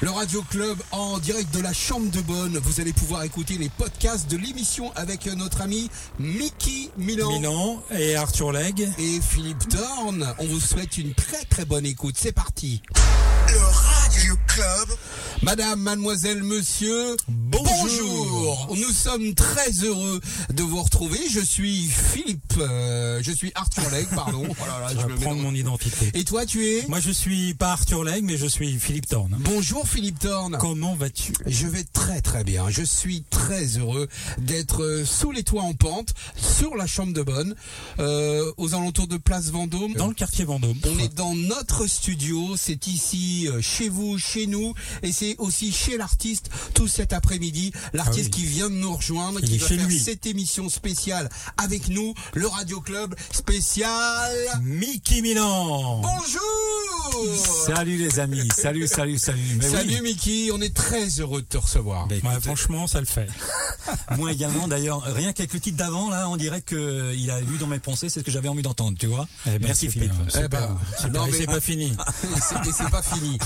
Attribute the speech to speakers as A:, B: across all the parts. A: Le Radio Club en direct de la Chambre de Bonne. Vous allez pouvoir écouter les podcasts de l'émission avec notre ami Mickey Milan.
B: Milan et Arthur Legge.
A: Et Philippe Dorn, on vous souhaite une très très bonne écoute. C'est parti.
C: Le Radio Club.
A: Madame, mademoiselle, monsieur, bonjour. bonjour. Nous sommes très heureux de vous retrouver. Je suis Philippe, euh, je suis Arthur Legge, pardon. Oh là là,
B: je, je vais
A: me
B: prendre
A: mélange.
B: mon identité.
A: Et toi, tu es
B: Moi, je suis pas Arthur Legge, mais je suis Philippe Thorne.
A: Bonjour Philippe Thorne.
B: Comment vas-tu
A: Je vais très très bien. Je suis très heureux d'être euh, sous les toits en pente, sur la chambre de bonne, euh, aux alentours de Place Vendôme.
B: Dans le quartier Vendôme.
A: On est dans notre studio, c'est ici euh, chez vous, chez nous, et c'est aussi chez l'artiste tout cet après-midi. L'artiste
B: Ah oui.
A: qui vient de nous rejoindre,
B: Il
A: qui
B: est
A: va
B: chez
A: faire
B: lui.
A: cette émission spéciale avec nous, le Radio Club spécial.
B: Mickey Milan.
A: Bonjour
D: Salut les amis, salut, salut, salut. Mais
A: Salut
D: oui.
A: Mickey, on est très heureux de te recevoir.
D: Bah, écoute,
B: Ouais, Bah, franchement, ça le fait.
D: moi également d'ailleurs, rien qu'avec le titre d'avant là, on dirait que euh, il a lu dans mes pensées, c'est ce que j'avais envie d'entendre, tu vois.
B: Eh ben,
D: Merci
B: super.
D: Philippe.
A: Eh ben, non,
B: Et
A: mais-
B: c'est pas fini.
A: Et c'est- et c'est pas fini.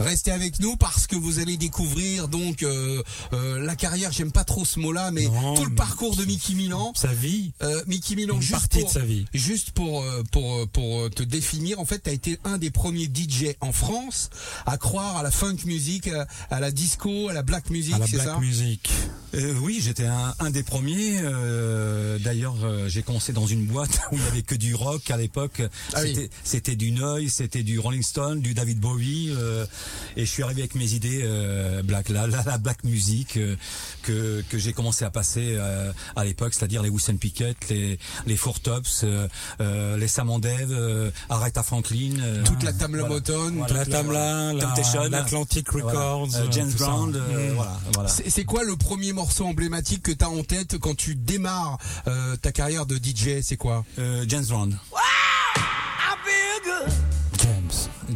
A: Restez avec nous parce que vous allez découvrir donc euh, euh, la carrière. J'aime pas trop ce mot-là, mais
B: Non,
A: tout le
B: mais-
A: parcours de Mickey Milan.
B: Sa vie,
A: Euh, Mickey Milan,
B: Une
A: juste
B: partie
A: pour,
B: de sa vie.
A: Juste pour euh, pour euh, pour euh, te définir, en fait, t'as été un des premiers DJ en France à croire à la funk music, à, à la disco, à la black music,
B: à la
A: c'est
B: black
A: ça
B: music.
D: Euh, oui, j'étais un, un des premiers. euh, D'ailleurs, euh, j'ai commencé dans une boîte où il n'y avait que du rock à l'époque.
A: Ah oui.
D: C'était- C'était du Noy, c'était du Rolling Stone, du David Bowie. euh, et je suis arrivé avec mes idées euh, black, la, la, la black music euh, que, que j'ai commencé à passer euh, à l'époque, c'est-à-dire les Wilson Pickett, les, les Four Tops, euh, euh, les Samandev, euh, Aretha Franklin. euh,
A: Toute la Tamla
D: voilà.
A: Motown,
D: Voilà,
A: toute
B: la
D: tout-
B: Tamla,
D: Tom
B: la-
D: Teshon,
B: l'Atlantic
D: voilà.
B: Records,
D: Euh,
B: euh,
D: James
B: tout ça.
D: Brown, euh,
B: Mm.
D: voilà, voilà.
A: C'est c'est quoi le premier morceau emblématique que t'as en tête quand tu démarres euh, ta carrière de DJ C'est quoi
D: Euh, James Brown.
B: James.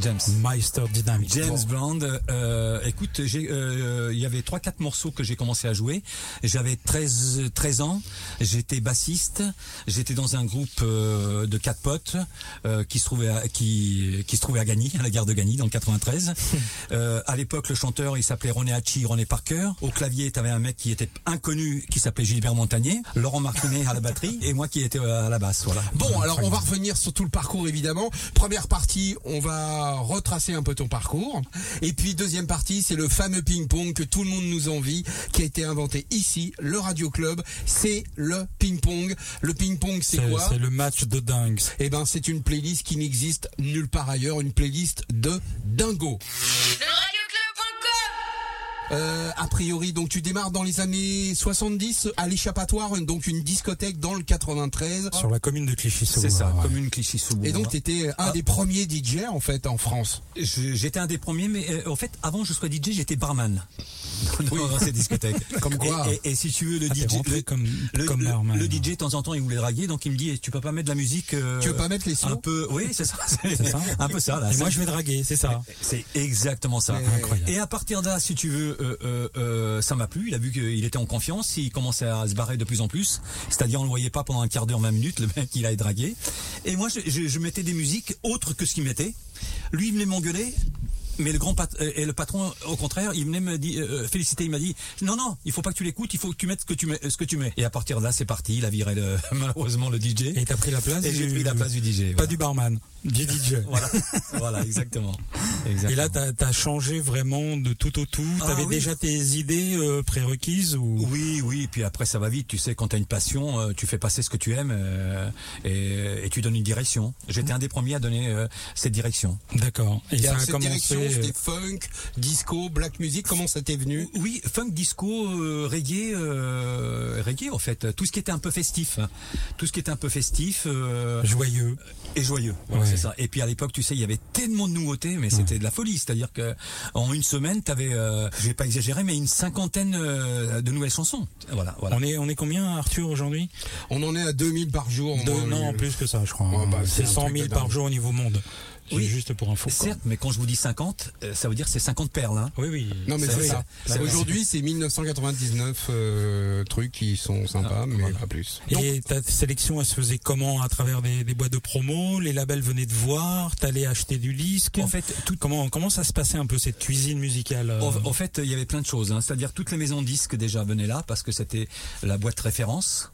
D: James.
B: Meister Dynamics.
D: James Brown, euh, écoute, j'ai, euh, il y avait trois quatre morceaux que j'ai commencé à jouer. J'avais 13, euh, 13 ans, j'étais bassiste, j'étais dans un groupe euh, de quatre potes euh, qui se trouvait à, qui qui se trouvait à Gagny, à la gare de Gagny dans le 93. euh, à l'époque, le chanteur il s'appelait René Hachi, René Parker. Au clavier, t'avais un mec qui était inconnu, qui s'appelait Gilbert Montagnier, Laurent Martinet à la batterie et moi qui étais euh, à la basse. Voilà.
A: Bon, alors on va revenir sur tout le parcours évidemment. Première partie, on va retracer un peu ton parcours. Et puis deuxième partie, c'est le fameux ping-pong que tout le monde nous envie, qui a été inventé ici, le Radio Club. C'est le ping-pong. Le ping-pong, c'est
B: C'est
A: quoi
B: c'est le match de dingue.
D: Ah.
A: Eh ben, c'est une playlist qui n'existe nulle part ailleurs, une playlist de dingo.
E: Le radioclub.com
A: Euh, a priori, donc tu démarres dans les années 70 à l'échappatoire, une- donc une discothèque dans le 93.
B: Sur la commune de Clichy-sous-Bois.
D: C'est ça,
B: ouais.
D: comme une cliché sous
A: Et donc t'étais un
B: Ah.
A: des premiers DJ en fait en France.
D: Je- J'étais un des premiers, mais euh, en fait, avant que je sois DJ, j'étais barman dans, dans ces discothèques.
A: Comme quoi.
D: Et, et- et si tu veux, le
B: Ah, t'es
D: DJ,
B: rentré
D: le,
B: comme-
D: le-
B: comme
D: le-
B: barman.
D: le DJ, de temps en temps, il voulait draguer, donc il me dit, eh, tu peux pas mettre de la musique. euh,
A: Tu veux pas mettre les sons
D: Un peu, oui, c'est ça, c'est
B: C'est ça
D: un peu ça. Là,
B: Et
D: Ça,
B: moi, je vais draguer, c'est ça.
D: c'est exactement ça.
A: Mais-
B: Incroyable.
D: Et à partir de là, si tu veux, euh, euh, euh, ça m'a plu. Il a vu qu'il était en confiance. Il commençait à se barrer de plus en plus. C'est-à-dire, on le voyait pas pendant un quart d'heure, 20 minutes, le mec, il allait draguer. Et moi, je, je- je mettais des musiques autres que ce qu'il mettait. Lui, il venait m'engueuler. Mais le grand pat euh, et le patron, au contraire, il venait me dire, euh, féliciter. Il m'a dit, non, non, il faut pas que tu l'écoutes. Il faut que tu mettes ce que tu mets, ce que tu mets. Et à partir de là, c'est parti. Il a viré le, malheureusement le DJ.
B: Et t'as pris la place
D: Et j'ai
B: du-
D: pris la place du DJ.
B: Pas
D: voilà.
B: du barman, du DJ.
D: Voilà, voilà, exactement.
B: Et
D: exactement.
B: là, t'as as changé vraiment de tout au tout.
D: Ah,
B: T'avais
D: oui.
B: déjà tes idées euh, prérequises ou
D: Oui, oui, puis après ça va vite, tu sais, quand t'as une passion, euh, tu fais passer ce que tu aimes euh, et, et tu donnes une direction. J'étais un des premiers à donner euh, cette direction.
B: D'accord. Et,
A: Et
B: ça
A: alors,
B: a
A: cette
B: commencé.
A: direction, c'était
B: euh,
A: funk, disco, black music, comment ça t'est venu
D: Oui, funk, disco, euh, reggae, euh, reggae en fait, tout ce qui était un peu festif, hein. tout ce qui était un peu festif euh,
B: Joyeux.
D: et joyeux. Voilà,
B: Ouais.
D: c'est ça. Et puis à l'époque, tu sais, il y avait tellement de nouveautés, mais c'était de la folie. C'est-à-dire que en une semaine, t'avais, euh, je vais pas exagérer, mais une cinquantaine euh, de nouvelles chansons. Voilà, voilà.
B: On est on est combien Arthur aujourd'hui
A: On en est à 2000 par jour. au
B: Deux
A: moins, euh,
B: non
A: oui.
B: en plus que ça, je crois.
A: Ouais, bah, c'est
B: c'est
A: un
B: 100
A: truc de
B: 000
A: dingue.
B: par jour au niveau monde.
D: Oui.
B: Juste pour info. quoi.
D: Certes, mais quand je vous dis 50, euh, ça veut dire que c'est 50 perles. Hein.
B: Oui, oui.
A: Non mais
D: Ça,
A: c'est
D: oui.
A: ça.
D: Ça, oui.
A: Aujourd'hui c'est 1999 euh, trucs qui sont sympas mais pas plus.
B: Ah. Et ta sélection, elle se faisait comment À travers des, des boîtes de promo Les labels venaient de voir T'allais acheter du disque
D: En fait, tout-
B: comment, comment ça se passait un peu cette cuisine musicale euh,
D: En,
A: oh.
D: en fait, il y avait plein de choses. hein. C'est-à-dire toutes les maisons de disques déjà venaient là parce que c'était la boîte référence.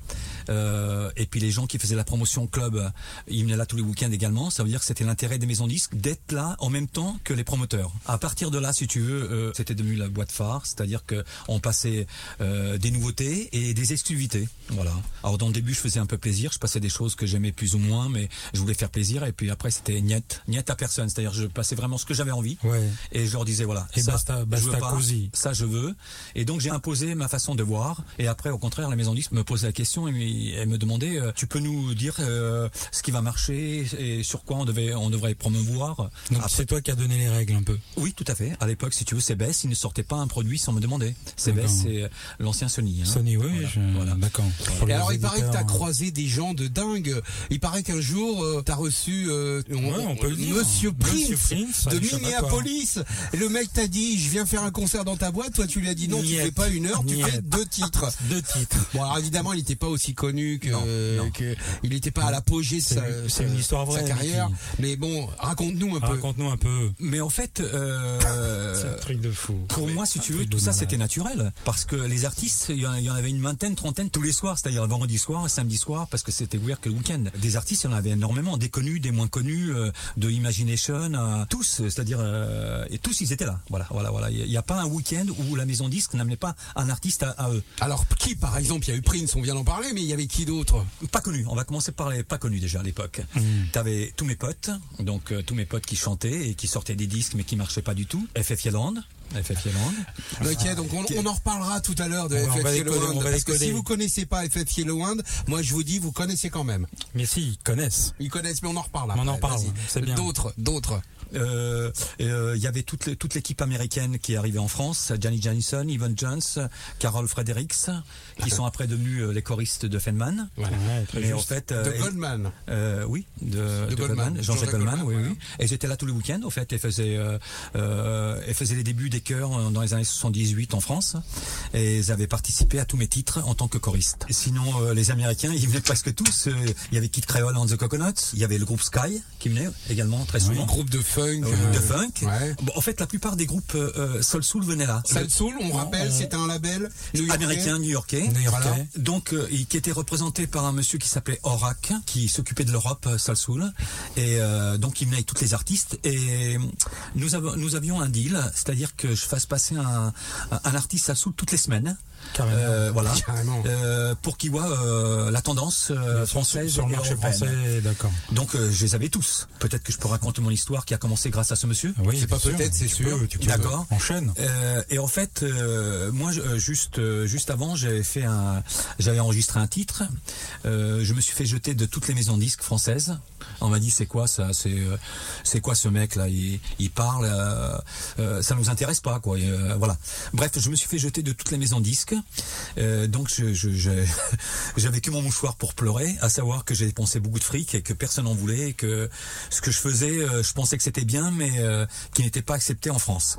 D: Euh, et puis les gens qui faisaient la promotion club, euh, ils venaient là tous les week-ends également. Ça veut dire que c'était l'intérêt des maisons de disques d'être là en même temps que les promoteurs. À partir de là, si tu veux, euh, c'était devenu la boîte phare. C'est-à-dire que on passait euh, des nouveautés et des exclusivités. Voilà. Alors dans le début, je faisais un peu plaisir. Je passais des choses que j'aimais plus ou moins, mais je voulais faire plaisir. Et puis après, c'était niette, niette à personne. C'est-à-dire je passais vraiment ce que j'avais envie
B: Ouais.
D: et je leur disais voilà
B: Et
D: ça,
B: basta-
D: je
B: basta
D: veux pas,
B: cosy.
D: ça je veux et donc j'ai imposé ma façon de voir et après au contraire la maison disque me posait la question et me- elle me demandait euh, tu peux nous dire euh, ce qui va marcher et sur quoi on devait on devrait promouvoir
B: Donc
D: Après-
B: c'est toi qui as donné les règles un peu.
A: Hein.
D: oui tout à fait à l'époque si tu veux Cébès il ne sortait pas un produit sans me demander
B: D'accord.
D: Cébès c'est euh, l'ancien Sony hein.
B: Sony, oui,
D: Voilà,
B: je-
D: voilà.
B: d'accord. Pour
A: Et
B: les
A: alors il paraît que
B: auditeurs,
A: t'as
B: hein.
A: croisé des gens de dingue. Il paraît qu'un jour euh, t'as reçu euh,
B: Ouais, on peut le dire.
A: Monsieur Prince,
B: Monsieur Prince,
A: de
B: à Échappatoire.
A: Minneapolis. Et Le mec t'a dit je viens faire un concert dans ta boîte. Toi tu lui as dit non tu
B: Niet.
A: fais pas une heure tu
B: Niet.
A: fais deux titres.
B: Deux titres.
A: Bon alors évidemment il n'était pas aussi connu que,
D: Non, non.
A: que- il n'était pas à l'apogée de
B: C'est
A: sa,
B: une- c'est
A: sa-
B: une histoire
A: sa
B: vraie,
A: carrière.
B: Mickey.
A: Mais bon raconte-nous un peu.
B: Raconte-nous un peu.
D: mais en fait euh,
B: truc de fou.
D: Pour moi, si tu veux, tout ça, c'était naturel. Parce que les artistes, il y en- il y en avait une vingtaine, trentaine tous les soirs. C'est-à-dire le vendredi soir, le samedi soir, parce que c'était ouvert que le week-end. Des artistes, il y en avait énormément. Des connus, des moins connus, euh, de Imagination, à tous. C'est-à-dire, euh, et tous, ils étaient là. Voilà, voilà, voilà. Il n'y a pas un week-end où la maison disque n'amenait pas un artiste à, à eux.
A: Alors qui par exemple il y a eu Prince on vient d'en parler mais il y avait qui d'autre
D: Pas connu. On va commencer par les pas connus déjà à l'époque. T'avais tous mes potes, donc euh, tous mes potes qui chantaient et qui sortaient des disques mais qui marchaient pas du tout. FF Yelland. FF Yelland.
A: Ok, donc on, on en reparlera tout à l'heure de
B: On va- on va
A: FF
B: décoder, on
A: Yellowhound.
B: va
A: Parce que
B: décoder.
A: si vous connaissez pas FF Yellowhound, moi je vous dis, vous connaissez quand même.
B: Mais si, ils connaissent.
A: Ils connaissent, mais on en reparle.
B: On en
A: après,
B: reparle,
A: vas-y.
B: c'est bien.
A: D'autres, d'autres.
D: Euh, euh, il y avait toute, le- toute l'équipe américaine qui est arrivée en France, Janis Janison, Yvonne Jones, Carol Fredericks, qui sont après devenus euh, les choristes de Feynman.
B: Ouais, très
D: Mais en
B: juste.
D: fait,
A: De
D: euh, et-
A: Goldman.
D: euh, oui, de, de
A: Goldman,
D: Jean-Jacques
A: Jean-Jacques
D: Goldman,
A: Goldman,
D: oui,
A: ouais.
D: oui. Et j'étais là tous les week-ends, en fait, et faisait, euh, euh, et faisait les débuts des chœurs euh, dans les années 78 en France. Et ils avaient participé à tous mes titres en tant que choriste. Sinon, euh, les Américains, ils venaient presque tous. Euh, Il y avait Kid Creole and the Coconuts, il y avait le groupe Sky qui venait également très souvent.
A: Un groupe de funk.
D: Euh,
A: euh,
D: de funk.
A: Ouais.
D: Bon, en fait, la plupart des groupes euh, euh, Soul Soul venaient là.
A: Sal Soul, on rappelle,
B: on-
A: c'est un label new-yorkais.
D: Américain, new-yorkais.
A: New-Yorkais.
D: Voilà. Donc, euh, il- qui était représenté par un monsieur qui s'appelait Orac, qui s'occupait de l'Europe, euh, Soul Soul. Et euh, donc, il venait avec toutes les artistes. Et euh, nous, avons, nous avions un deal, c'est-à-dire que je fasse passer un, un- un artiste Soul Soul toutes les semaines.
B: Carrément.
D: Euh, voilà.
A: Carrément.
D: Euh, pour qu'il voit euh, la tendance euh, française
B: sur le
D: et
B: marché
D: européenne.
B: français, d'accord.
D: Donc, euh, je les avais tous. Peut-être que je peux raconter mon histoire qui a commencé grâce à ce monsieur.
B: Ah Oui,
A: C'est pas
B: bien sûr.
A: peut-être, c'est
B: Tu
A: sûr.
B: peux, tu peux.
D: D'accord.
B: Enchaîne.
D: Euh, et en fait, euh, moi, je- euh, juste euh, juste avant, j'avais fait un, j'avais enregistré un titre. Euh, je me suis fait jeter de toutes les maisons de disques françaises. On m'a dit c'est quoi ça, c'est euh, c'est quoi ce mec là, il, il parle, euh, euh, ça nous intéresse pas quoi. Et, euh, voilà. Bref, je me suis fait jeter de toutes les maisons de disques. Euh, donc je je- je- j'avais que mon mouchoir pour pleurer, à savoir que j'ai dépensé beaucoup de fric et que personne n'en voulait et que ce que je faisais, euh, je pensais que c'était bien, mais euh, qui n'était pas accepté en France.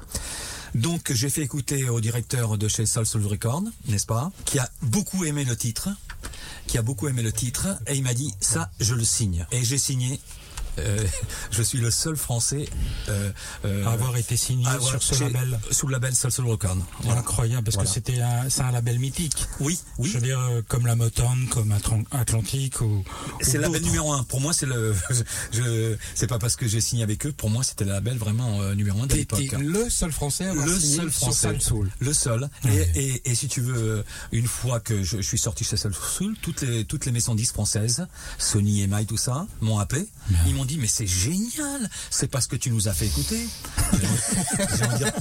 D: Donc j'ai fait écouter au directeur de chez Soul Soul Record, n'est-ce pas, qui a beaucoup aimé le titre, qui a beaucoup aimé le titre, et il m'a dit ça, je le signe. Et j'ai signé. Euh, je suis le seul Français euh, euh,
B: avoir été signé
D: à avoir-
B: sur ce
D: chez-
B: label.
D: sous le label Soul Soul Record. Voilà.
B: Incroyable, parce
D: Voilà.
B: que c'était un, c'est un label mythique.
D: Oui, oui.
B: Je veux dire, euh, comme la Motown, comme Atran- Atlantique ou.
D: C'est
B: ou
D: le label
B: d'autres.
D: numéro un. Pour moi, c'est le. Je, c'est pas parce que j'ai signé avec eux. Pour moi, c'était le label vraiment euh, numéro un de l'époque.
A: T'étais le seul français à avoir
D: le
A: signé
D: seul
A: sur
D: français.
A: Sal Soul.
D: Le seul. Et, et, et si tu veux, euh, une fois que je, je suis sorti chez Soul Soul, toutes les, toutes les maisons de disques françaises, Sony, EMI, tout ça, m'ont appelé. Ils m'ont dit, mais c'est génial, c'est parce que tu nous as fait écouter. J'ai envie de dire,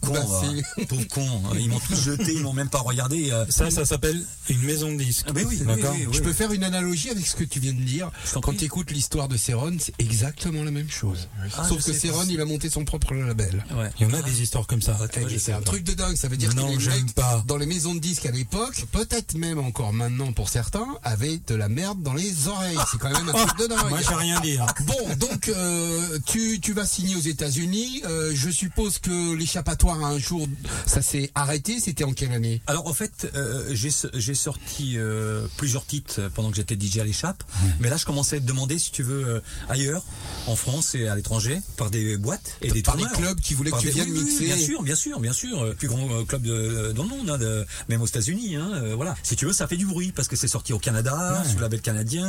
D: pauvre con,
A: Bah,
D: euh, pauvre con. Ils m'ont tous jeté, ils m'ont même pas regardé. euh.
B: Ça, ça s'appelle une maison de disques.
D: Ah, mais oui, oui,
B: d'accord.
D: oui, oui.
A: Je peux faire une analogie avec ce que tu viens de dire.
D: Je t'en
A: Quand
D: prie.
A: tu écoutes l'histoire de Céron, c'est exactement la même chose.
D: Ah,
A: Sauf
D: je
A: que
D: sais
A: Céron,
D: pas.
A: il a monté son propre label.
D: Ouais.
B: Il y en a des histoires comme ça.
D: Ah,
A: Eh, mais c'est un truc de dingue, ça veut dire
B: Non,
A: que les
B: j'aime
A: mecs
B: pas.
A: dans les maisons de disques à l'époque, peut-être même encore maintenant pour certains, avaient de la merde dans les oreilles. C'est quand même un truc de dingue.
D: Ah,
B: Moi, j'ai rien dit. hein. dire.
A: Bon, donc euh, tu, tu vas signer aux États-Unis. Euh, je suppose que l'échappatoire un jour, ça s'est arrêté. C'était en quelle année
D: Alors en fait, euh, j'ai j'ai sorti euh, plusieurs titres pendant que j'étais DJ à l'échappe, mais là je commençais à te demander si tu veux euh, ailleurs, en France et à l'étranger, par des boîtes et des
A: Par des
D: tourneurs.
A: clubs qui voulaient que
D: Par
A: tu
D: des-
A: viennes
D: oui, oui,
A: mixer.
D: Bien sûr, bien sûr, bien sûr, Euh, plus grand euh, club de- dans le monde, hein, de- même aux États-Unis. Hein, euh, voilà, si tu veux, ça fait du bruit parce que c'est sorti au Canada sous label canadien.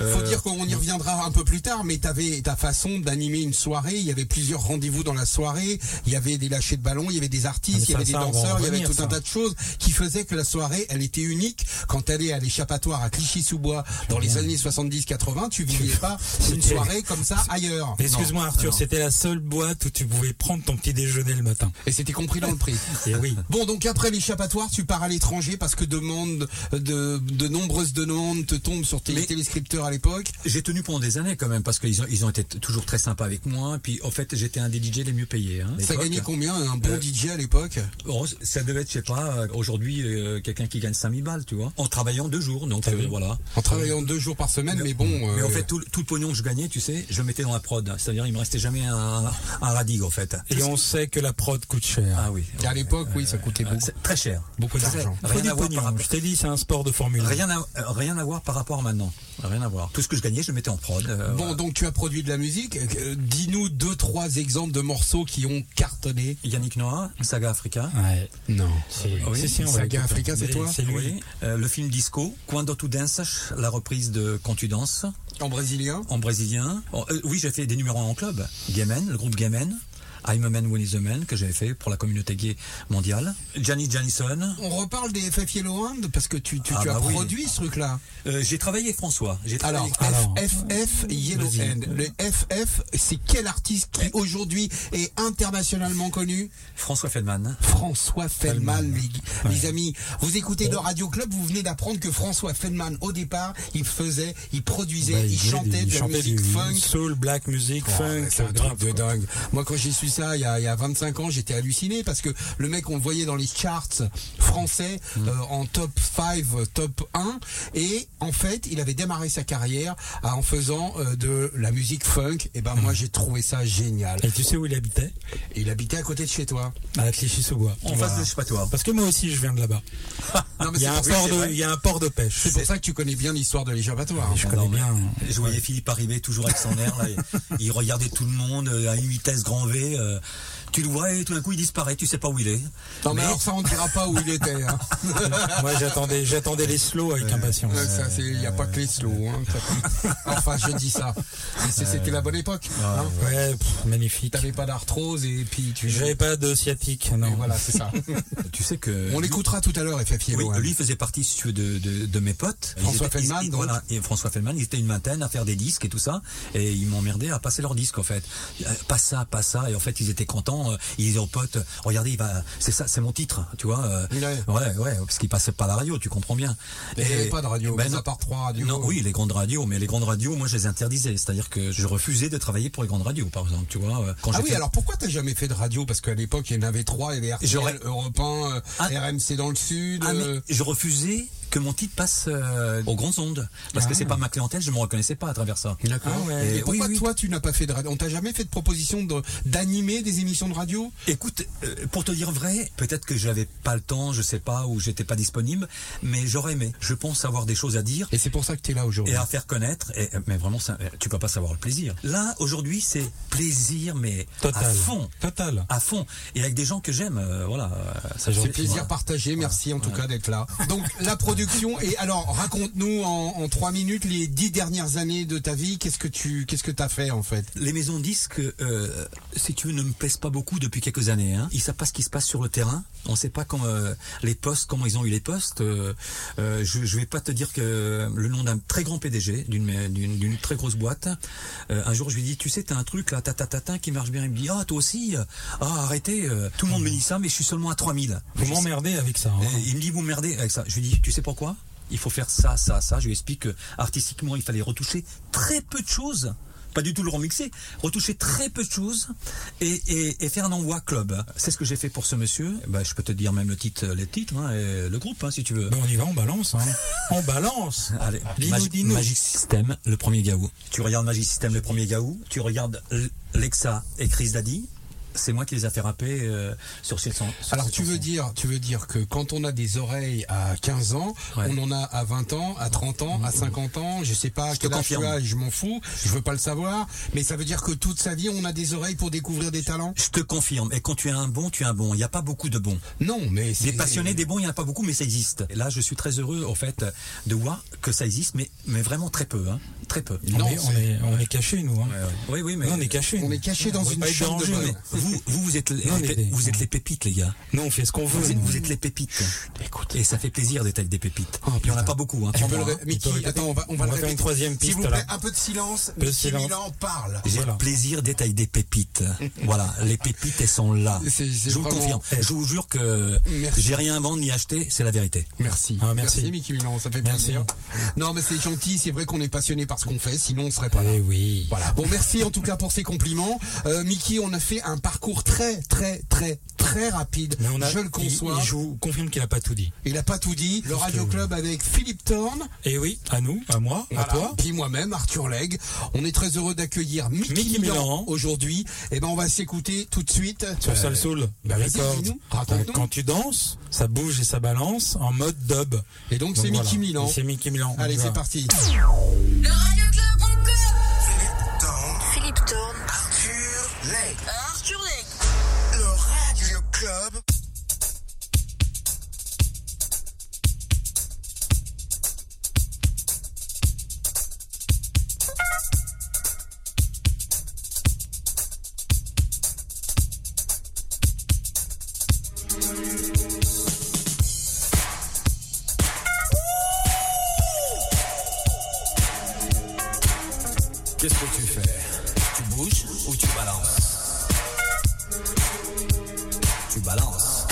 D: euh,
A: Faut
D: euh,
A: dire qu'on y reviendra un peu plus tard, mais t'avais ta façon d'animer une soirée. Il y avait plusieurs rendez-vous dans la soirée. Il y avait des lâchers de ballon, il y avait des artistes,
B: Ah,
A: il
B: Mais
A: y
B: ça,
A: avait des
B: ça, on va en
A: danseurs, il y avait
B: revenir,
A: tout un
B: ça.
A: tas de choses qui faisaient que la soirée, elle était unique. Quand t'allais à l'échappatoire à Clichy-sous-Bois dans les années 70-80, tu vivais pas une
B: C'était-
A: soirée comme ça ailleurs.
B: Excuse-moi Arthur,
D: non.
B: c'était la seule boîte où tu pouvais prendre ton petit déjeuner le matin.
A: Et c'était compris dans le prix.
B: Et Eh oui.
A: Bon, donc après l'échappatoire, tu pars à l'étranger parce que demande de, de nombreuses demandes te tombent sur tes
D: Mais-
A: téléscripteurs à l'époque.
D: J'ai tenu pendant des années quand même parce qu'ils ont, ils ont été t- toujours très sympas avec moi. Puis en fait, j'étais un des DJ les mieux payés. Hein,
A: Ça
D: l'époque.
A: gagnait combien un
B: Euh,
A: bon DJ à l'époque
D: Oh, ça devait être, je sais pas, euh, aujourd'hui, euh, quelqu'un qui gagne 5000 balles, tu vois, en travaillant deux jours, donc euh, voilà.
A: En travaillant deux jours par semaine, mais bon.
D: Mais
A: euh,
D: en fait, tout, le- tout le pognon que je gagnais, tu sais, je le mettais dans la prod. hein. C'est-à-dire, il me restait jamais un, un radig, en fait.
B: Et on sait que la prod coûte cher.
D: Ah oui.
A: à l'époque, oui, ça coûtait beaucoup.
D: C'est très cher.
A: Beaucoup
D: Très-
A: d'argent.
B: Faut
D: Rien
B: du
D: à voir par
B: pognon. Je
D: rapport.
B: t'ai dit, c'est un sport de Formule 1.
D: Rien à, euh, rien à voir par rapport à maintenant. Rien à voir. Tout ce que je gagnais, je le mettais en prod. euh,
A: Bon, donc tu as produit de la musique. Euh, Dis-nous deux, trois exemples de morceaux qui ont cartonné. Ah
D: Yannick Noah, Saga Africa.
B: Ouais.
A: Non.
B: Si,
D: oui,
B: si, si, on va
A: Saga
B: l'écouter.
A: Africa, c'est
B: Mais
A: toi
B: C'est lui.
D: Oui. Euh, le film Disco. Quando tu dances, la reprise de Quand tu danses.
A: En brésilien
D: en brésilien. En- euh, oui, j'ai fait des numéros en club. Gamen, le groupe Gamen. I'm a man when is a man que j'avais fait pour la communauté gay mondiale. Janis Janison.
A: on reparle des FF Yellow Hand parce que tu, tu,
D: Ah
A: tu as
D: bah oui.
A: produit ce truc-là.
D: Euh, j'ai travaillé avec François. J'ai
A: Alors,
D: travaillé avec-
B: Alors.
A: FF Yellow
B: Vas-y.
A: Hand. Le FF, c'est quel artiste qui aujourd'hui est internationalement connu
D: François Feldman.
A: François Feldman, les, les amis. Vous écoutez le Radio Club, vous venez d'apprendre que François Feldman, au départ, il faisait, il produisait,
B: Ouais,
A: il,
B: faisait
A: chantait
B: du-
A: de
B: Bah, il
A: la
B: chantait
A: musique
B: du
A: funk.
B: Soul, black music,
A: Oh,
B: funk.
A: c'est un
B: grave,
A: truc de
B: quoi.
A: dingue. Moi, quand j'ai su ça, il y, a, il y a 25 ans, j'étais halluciné parce que le mec, on le voyait dans les charts français
B: Mm.
A: euh, en top 5, euh, top 1. Et en fait, il avait démarré sa carrière à- en faisant euh, de la musique funk. Et ben, moi, j'ai trouvé ça génial.
B: Mm. Et tu sais où il habitait
A: Et il habitait à côté de chez toi.
B: À Clichy-sous-Bois.
D: En
B: Tu
D: face
B: vois.
D: de, je sais pas toi.
B: Parce que moi aussi, je viens de là-bas.
A: Non, mais
B: Il y, a
A: c'est
B: un
A: pour-
B: port
D: c'est
B: de,
D: vrai.
B: il y a un port de pêche.
A: c'est pour ça que tu connais bien l'histoire de l'échappatoire.
B: Je connais bien.
D: Je voyais Philippe arriver toujours avec son air. là, et- il regardait tout le monde euh, à une vitesse grand V. euh, tu le vois et tout d'un coup il disparaît. Tu sais pas où il est.
A: Non, mais alors ça, on dira pas où il était. hein.
B: Moi, j'attendais, j'attendais les slows avec impatience.
A: Ouais, ça, c'est, il n'y a pas que les slow. hein. Enfin, je dis ça. Mais c'est- c'était la bonne époque. hein.
B: Ah, Ouais, pff, magnifique.
A: T'avais pas d'arthrose et puis tu.
B: J'avais pas de sciatique, non.
A: Et Voilà, c'est ça.
D: Tu sais que.
A: On l'écoutera tout à l'heure, FF Yellow.
D: Oui,
A: hein.
D: lui faisait partie si tu veux, de, de, de mes potes.
A: François
D: Ils étaient- ils-
A: Feldman,
D: ils-
A: donc.
D: voilà, et François Feldman, ils étaient une vingtaine à faire des disques et tout ça, et ils m'emmerdaient à passer leurs disques en fait. Euh, Pas ça, pas ça, et en fait ils étaient contents. euh, Ils disaient aux potes, regardez, il va, c'est ça, c'est mon titre, tu vois. euh,
A: Ouais.
D: ouais, ouais, parce qu'ils passaient pas la radio, tu comprends bien.
A: Mais il n'y avait pas de radio,
D: ben
A: mis
D: non.
A: à part trois radios.
D: Non, oui, les grandes radios, mais les grandes radios, moi, je les interdisais. C'est-à-dire que je refusais de travailler pour les grandes radios, par exemple, tu vois. euh, Quand
A: Ah
D: j'ai
A: oui,
D: fait-
A: alors pourquoi t'as jamais fait de radio Parce qu'à l'époque, il y en avait trois, il y avait RTL,
D: J'aurais-
A: Europe 1, euh,
D: Ah.
A: RMC dans le Sud.
D: Ah, mais
A: euh,
D: je refusais que mon titre passe euh, aux grandes ondes. Parce que c'est pas ma clientèle, je me reconnaissais pas à travers ça.
A: D'accord.
D: Ah ouais.
A: hein Et,
D: Et
A: pourquoi
D: oui, oui.
A: toi tu n'as pas fait de radio On t'a jamais fait de proposition de- d'animer des émissions de radio
D: Écoute, euh, pour te dire vrai, peut-être que j'avais pas le temps, je sais pas, ou j'étais pas disponible, mais j'aurais aimé. Je pense avoir des choses à dire
A: Et c'est pour ça que t'es là aujourd'hui.
D: et à faire connaître. Et, euh, mais vraiment, ça, tu peux pas savoir le plaisir. Là, aujourd'hui, c'est plaisir, mais
B: Total.
D: à fond,
B: Total.
D: à fond, et avec des gens que j'aime. euh, voilà. euh, ça,
A: C'est
D: j'en-
A: plaisir
D: voilà.
A: partagé, merci en tout cas d'être là. Donc la production et alors raconte-nous en, en trois minutes les dix dernières années de ta vie. Qu'est-ce que tu qu'est-ce que t'as fait en fait
D: Les maisons de disques, euh, si tu veux, ne me plaisent pas beaucoup depuis quelques années. Hein. Ils savent pas ce qui se passe sur le terrain. On sait pas quand euh, les postes, comment ils ont eu les postes. Euh, euh, je, je vais pas te dire que euh, le nom d'un très grand PDG d'une d'une d'une très grosse boîte. euh, un jour, je lui dis, tu sais, t'as un truc là, ta ta ta ta, qui marche bien. Il me dit, ah toi aussi, ah arrêtez. euh, Tout le monde me dit ça, mais je suis seulement à 3000.
B: Vous
D: Je sais-
B: m'emmerdez avec ça. hein.
D: et il me dit, vous merdez avec ça. Je lui dis, tu sais pourquoi Il faut faire ça, ça, ça. Je lui explique que artistiquement, il fallait retoucher très peu de choses. pas du tout le remixer, retoucher très peu de choses et, et, et faire un envoi club. C'est ce que j'ai fait pour ce monsieur. Bah, je peux te dire même le titre, les titres, hein, et le groupe, hein, si tu veux.
B: Ben, on y va, on balance. Hein. On balance.
D: Allez,
B: dis-nous,
D: Magi-
B: dis-nous.
D: Ah, Magic System, le premier Gaou. Tu regardes Magic System, le premier Gaou. Tu regardes L- Lexa et Chris Daddy. C'est moi qui les a fait rapper euh, sur ces sons. sur
A: Alors
D: ces
A: tu veux
D: chansons.
A: dire, tu veux dire que quand on a des oreilles à 15 ans,
D: Ouais.
A: on en a à 20 ans, à 30 ans, à 50 ans, je sais pas
D: te
A: quel âge tu
D: confirme.
A: as, je m'en fous, je veux pas le savoir, mais ça veut dire que toute sa vie on a des oreilles pour découvrir des talents
D: Je te confirme. Et quand tu es un bon, tu es un bon. Il n'y a pas beaucoup de bons.
A: Non, mais
D: Des
A: c'est
D: passionnés, des bons, il n'y en a pas beaucoup, mais ça existe. Et là, je suis très heureux, en fait, de voir que ça existe, mais, mais vraiment très peu. Hein. Très peu.
B: On,
A: Non,
B: est, on,
A: c'est-
B: est, on est cachés, nous. Hein.
D: Oui, oui, mais.
B: Nous, on est cachés.
A: On
B: nous.
A: est caché dans
B: On veut
A: une
B: pas être
A: chambre de
B: dérangés,
A: bonne.
D: Vous, vous, vous êtes, les-
B: Non, on est des-
D: vous êtes les pépites, les gars.
B: mais- Non, on fait ce qu'on veut.
D: Vous êtes,
B: nous.
D: vous êtes les pépites. Et ça fait plaisir d'être avec des pépites.
A: Oh,
D: Il n'y en
A: putain.
D: a pas beaucoup. Hein,
A: Tu peux le
D: crois-moi,
A: ré-
D: hein.
A: Mickey,
B: répéter.
A: attends, on va, on va
B: On
A: le
B: va faire une
A: répéter.
B: troisième
A: S'il
B: piste,
A: vous plaît,
B: là.
A: un peu de silence.
B: de
A: Mickey
B: silence.
A: Milan parle.
D: J'ai
B: Voilà.
D: le plaisir d'être avec des pépites. voilà, les pépites, elles sont là.
A: C'est- c'est
D: je vous le
A: vraiment-
D: confirme. Je vous jure que
A: Merci.
D: j'ai rien à vendre ni acheter, c'est la vérité.
A: Merci.
B: Ah, merci.
A: Mickey Milan, ça fait
B: Merci.
A: plaisir. Non, mais c'est gentil, c'est vrai qu'on est passionné par ce qu'on fait, sinon on serait pas là.
B: Eh oui.
A: Voilà. Bon, merci en tout cas pour ces compliments. Euh, Mickey, on a fait un parcours très, très, très, très rapide.
B: Mais on a,
A: Je le conçois.
B: il-
A: Il,
B: je vous confirme qu'il a pas tout dit.
A: a pas tout dit. Le Radio Club avec Philippe Thorne,
B: Eh oui, à nous, à moi, à
A: voilà,
B: toi.
A: puis moi-même, Arthur Legge. On est très heureux d'accueillir Mickey,
B: Mickey
A: Milan,
B: Milan.
A: aujourd'hui. Et ben, on va s'écouter tout de suite.
B: Sur
A: Euh,
B: Sal Soul,
A: bah, vas-y, dis-nous, raconte-nous.
B: quand tu danses, ça bouge et ça balance en mode dub.
A: Euh, Et donc, c'est Mickey Milan.
B: Et C'est Mickey Milan.
A: Allez,
B: On y va.
A: c'est parti.
E: Le radioclub.com
C: Philippe Tendre,
E: Philippe Thorne,
C: Arthur Lake,
E: Arthur Lake.
C: le Radio Club.
D: Qu'est-ce que tu fais Tu bouges ou tu balances Tu balances.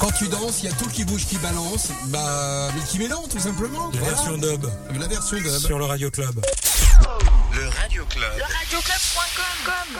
A: Quand tu danses, il y a tout qui bouge, qui balance, bah, mais qui mélange tout simplement.
B: La
A: voilà.
B: version dub
A: La version dub.
B: sur le Radio Club.
C: Le Radio Club.
E: Radioclub.com.